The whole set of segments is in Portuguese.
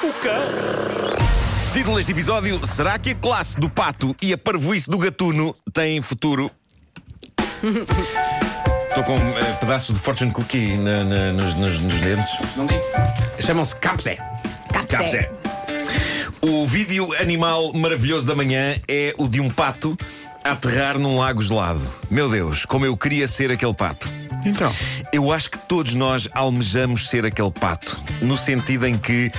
Cuca. Título deste episódio: Será que a classe do pato e a parvoíce do gatuno têm futuro? Estou com um pedaço de fortune cookie na- na- nos, nos- nos dentes. Chamam-se Capsé. Capsé. Capsé. O vídeo animal maravilhoso da manhã é o de um pato a aterrar num lago gelado. Meu Deus, como eu queria ser aquele pato. Então, Eu acho que todos nós almejamos ser aquele pato, no sentido em que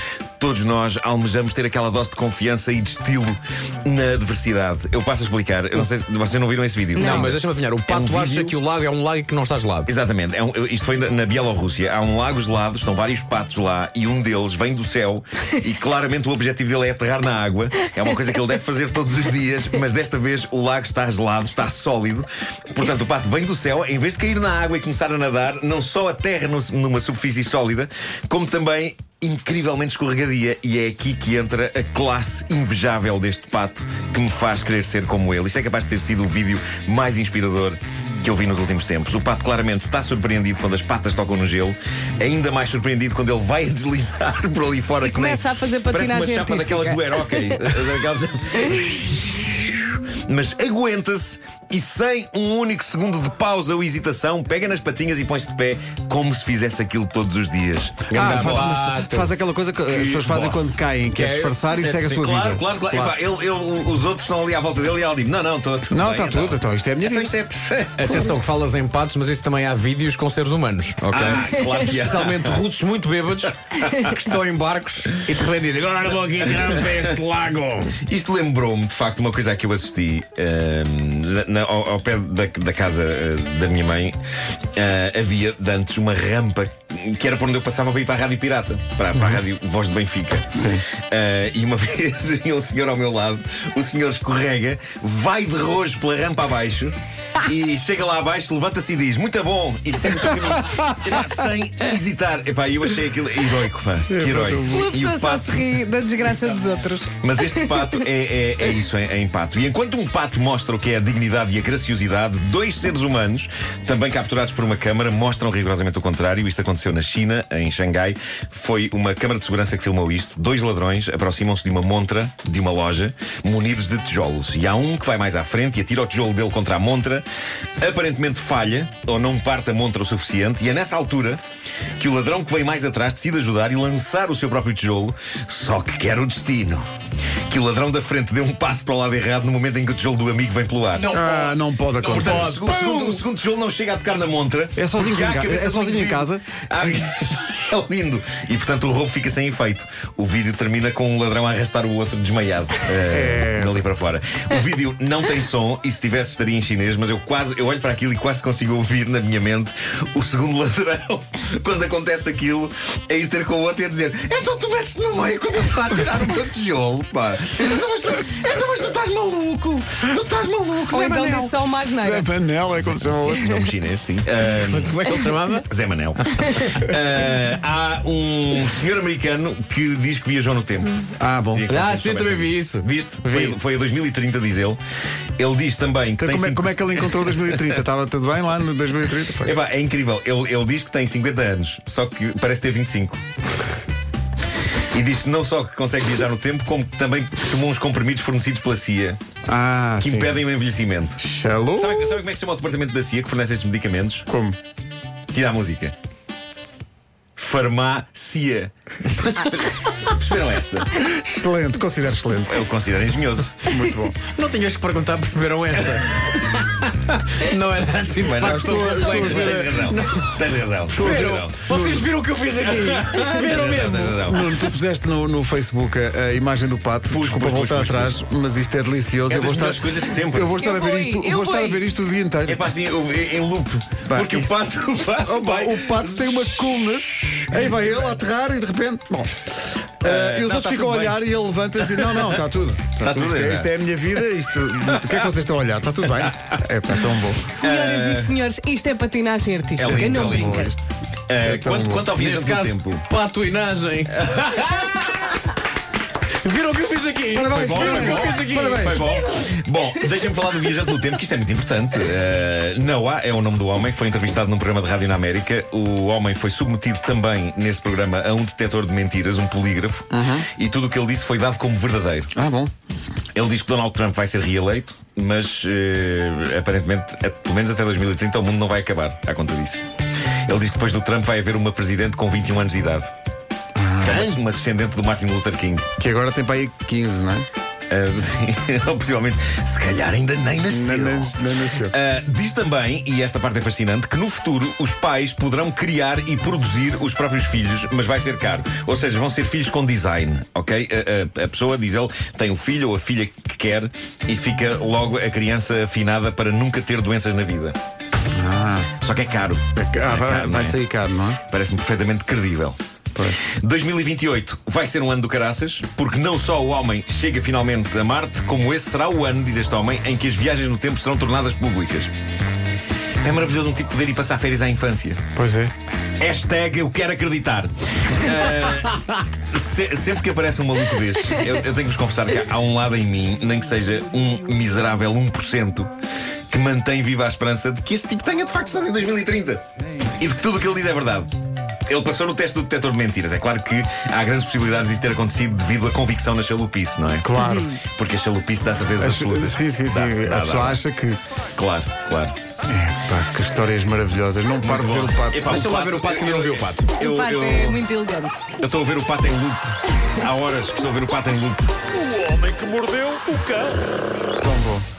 todos nós almejamos ter aquela dose de confiança e de estilo na adversidade. Eu passo a explicar. Eu não sei se vocês não viram esse vídeo. Não, ainda. mas deixa-me adivinhar. O É um pato vídeo- acha que o lago é um lago e que não está gelado. Exatamente. É um- isto foi na, na Bielorrússia. Há um lago gelado, estão vários patos lá e um deles vem do céu e claramente o objetivo dele é aterrar na água. É uma coisa que ele deve fazer todos os dias, mas desta vez o lago está gelado, está sólido. Portanto, o pato vem do céu, em vez de cair na água e começar a nadar, não só aterra no- numa superfície sólida, como também incrivelmente escorregadia e é aqui que entra a classe invejável deste pato que me faz querer ser como ele. Isto é capaz de ter sido o vídeo mais inspirador que eu vi nos últimos tempos. O pato claramente está surpreendido quando as patas tocam no gelo, ainda mais surpreendido quando ele vai a deslizar por ali fora e começa a fazer Parece patinagem uma chapa artística. daquelas do air hockey. daquelas- Mas aguenta-se e sem um único segundo de pausa ou hesitação, pega nas patinhas e põe-se de pé como se fizesse aquilo todos os dias. Ganda Ah, faz, um pato. faz aquela coisa que, as pessoas fazem boss. quando caem, que é Que é- disfarçar e é segue a sim, sua Claro, vida. claro, claro. Epá, ele- ele- os outros estão ali à volta dele e ele diz: Não, não, estou tudo Não, bem, está então." tudo, então isto é a minha Então isto vida. é perfeito. Atenção que falas em patos, mas isso também há vídeos com seres humanos, ok? Ah, claro que há. Especialmente russos muito bêbados que estão em barcos e de repente dizem agora vou aqui tirar um pé a este lago. Isto lembrou-me, de facto, uma coisa a que eu assisti ahm, na- na- ao, ao pé da, da casa ah, da minha mãe. ah, havia de antes uma rampa que era por onde eu passava para ir para a Rádio Pirata, para, para a Rádio Voz de Benfica. Ah, e uma vez vinha um senhor ao meu lado, o senhor escorrega, vai de rojo pela rampa abaixo e chega lá abaixo, levanta-se e diz: Muito bom! E segue o seu caminho. Epá, Sem hesitar. Epá, eu achei aquilo heroico, pá. Que heróico. Uma E o pessoa só pato- se ri da desgraça dos outros. mas este pato é, é- é isso, é, é em pato. E enquanto um pato mostra o que é a dignidade e a graciosidade, dois seres humanos, também capturados por uma câmara, mostram rigorosamente o contrário. Isto aconteceu na China, em Xangai. Foi uma câmara de segurança que filmou isto. Dois ladrões aproximam-se de uma montra de uma loja, munidos de tijolos. E há um que vai mais à frente e atira o tijolo dele contra a montra. Aparentemente falha, ou não parte a montra o suficiente. E é nessa altura que o ladrão que vem mais atrás decide ajudar e lançar o seu próprio tijolo. Só que quer o destino que o ladrão da frente deu um passo para o lado errado no momento em que o tijolo do amigo vem pelo ar. Ah, não pode acontecer. Portanto, o segundo, o segundo tijolo não chega a tocar na montra. É sozinho porque há em ca- a cabeça é do sozinho em indivíduo. casa. Há- É lindo. E portanto o roubo fica sem efeito. O vídeo termina com um ladrão a arrastar o outro desmaiado. É. eh, Dali para fora. O vídeo não tem som e se tivesse estaria em chinês, mas eu quase eu olho para aquilo e quase consigo ouvir na minha mente o segundo ladrão, quando acontece aquilo, a ir ter com o outro e a dizer: Então tu metes no meio quando eu estou a tirar o meu tijolo, pá. Então mas tu, então, mas tu estás maluco. Tu estás maluco, Ou Zé então Manel." disse só uma asneira. panela é como se chama outro. Nome chinês, sim. Ah, Como é que ele se chamava? Zé Manel. Ah, há um senhor americano que diz que viajou no tempo. Ah, bom. Queria que Ah, vocês sim, eu também vi soubessem disto. Viste? Vi. Foi, foi a 2030, diz ele. Ele diz também que Então, tem como, é, cinco- como é que ele encontrou 2030? Estava tudo bem lá no 2030? Pá. Epá, é incrível. Ele, ele diz que tem 50 anos, só que parece ter 25. E diz não só que consegue viajar no tempo, como que também tomou uns comprimidos fornecidos pela CIA Ah, que sim. impedem o envelhecimento. Shalom. Sabe, sabe como é que se chama o departamento da CIA que fornece estes medicamentos? Como? Tira a música. Farmácia. Perceberam esta? Excelente, considero excelente. Eu considero engenhoso. Muito bom. Não tinhas que perguntar, perceberam esta? não era assim, de Mas não, facto, estou, tão estou, complexo. estou, tens razão. Tens razão. Tens razão. Vocês viram o que eu fiz aqui? Tens razão. Tens razão. Nuno, tu puseste no, no Facebook a, a imagem do pato. Pus, Desculpa pus, voltar pus, pus, atrás, mas isto é delicioso. É eu vou das estar, melhores coisas de sempre. Eu vou estar Eu a ver fui, isto, eu vou estar a fui. ver isto o dia inteiro. É pá, assim, eu- em loop. Pá, Porque o isto- pato, o pato, Oh, pá, vai- o pato tem uma coluna. Aí vai ele a aterrar e de repente. Bom. ah, e os não, outros tá ficam a tudo bem. olhar e ele levanta-se e não, não, está tudo. Está Tá tudo, Isto, é, é. isto é a minha vida, isto. O que é que vocês estão a olhar? Está tudo bem? É pá, tão bom. Senhoras e senhores, isto é patinagem artística. É lindo, não é lindo. brinca. Isto. Eh, É tão quanto, bom. quanto ao viajante Neste do caso, tempo? patoinagem. Viram o que eu fiz aqui? Parabéns, Foi bom, parabéns, foi bom. Fiz aqui. parabéns. Foi Foi bom. Bom, deixem-me falar do Viajante no Tempo, que isto é muito importante. Uh, Noah é o nome do homem, foi entrevistado num programa de rádio na América. O homem foi submetido também nesse programa a um detetor de mentiras, um polígrafo, e tudo o que ele disse foi dado como verdadeiro. Ah, bom. Ele diz que Donald Trump vai ser reeleito, mas eh, aparentemente, a- pelo menos até 2030, o mundo não vai acabar, à conta disso. Ele diz que depois do Trump vai haver uma presidente com 21 anos de idade. Que é uma- Uma descendente do Martin Luther King. Que agora tem para aí 15, não é? Eh, sim, possivelmente, se calhar ainda nem nasceu. nasceu. Ah, diz também, e esta parte é fascinante, que no futuro os pais poderão criar e produzir os próprios filhos, mas vai ser caro. Ou seja, vão ser filhos com design, ok? A, a- a pessoa, diz ele, tem o filho ou a filha que quer e fica logo a criança afinada para nunca ter doenças na vida. Só que é caro. Ah, É vai, caro, vai não é? sair caro, não é? Parece-me perfeitamente credível. Pois. 2028 vai ser um ano do caraças, porque não só o homem chega finalmente a Marte, como esse será o ano, diz este homem, em que as viagens no tempo serão tornadas públicas. É maravilhoso um tipo poder ir passar férias à infância. Pois é. Hashtag eu quero acreditar. Ah, se- sempre que aparece um maluco destes, eu, eu tenho que vos confessar que há um lado em mim, nem que seja um miserável 1%, que mantém viva a esperança de que este tipo tenha de facto estado em 2030 e de que tudo o que ele diz é verdade. Ele passou no teste do detector de mentiras. É claro que há grandes possibilidades disso ter acontecido devido à convicção na chalupice, não é? Claro. Porque a chalupice dá certezas absolutas. Sim, sim, Dá, sim. dá, A dá, pessoa dá. acha que. Claro, claro. Pá, que histórias maravilhosas. Não paro de ver o pato. Epá, Deixa o lá pato- ver o pato, que ainda não vi o pato. Eu- o pato eu- é muito elegante. Eu estou a ver o pato em loop. Há horas que estou a ver o pato em loop. O homem que mordeu o cão. Tão bom.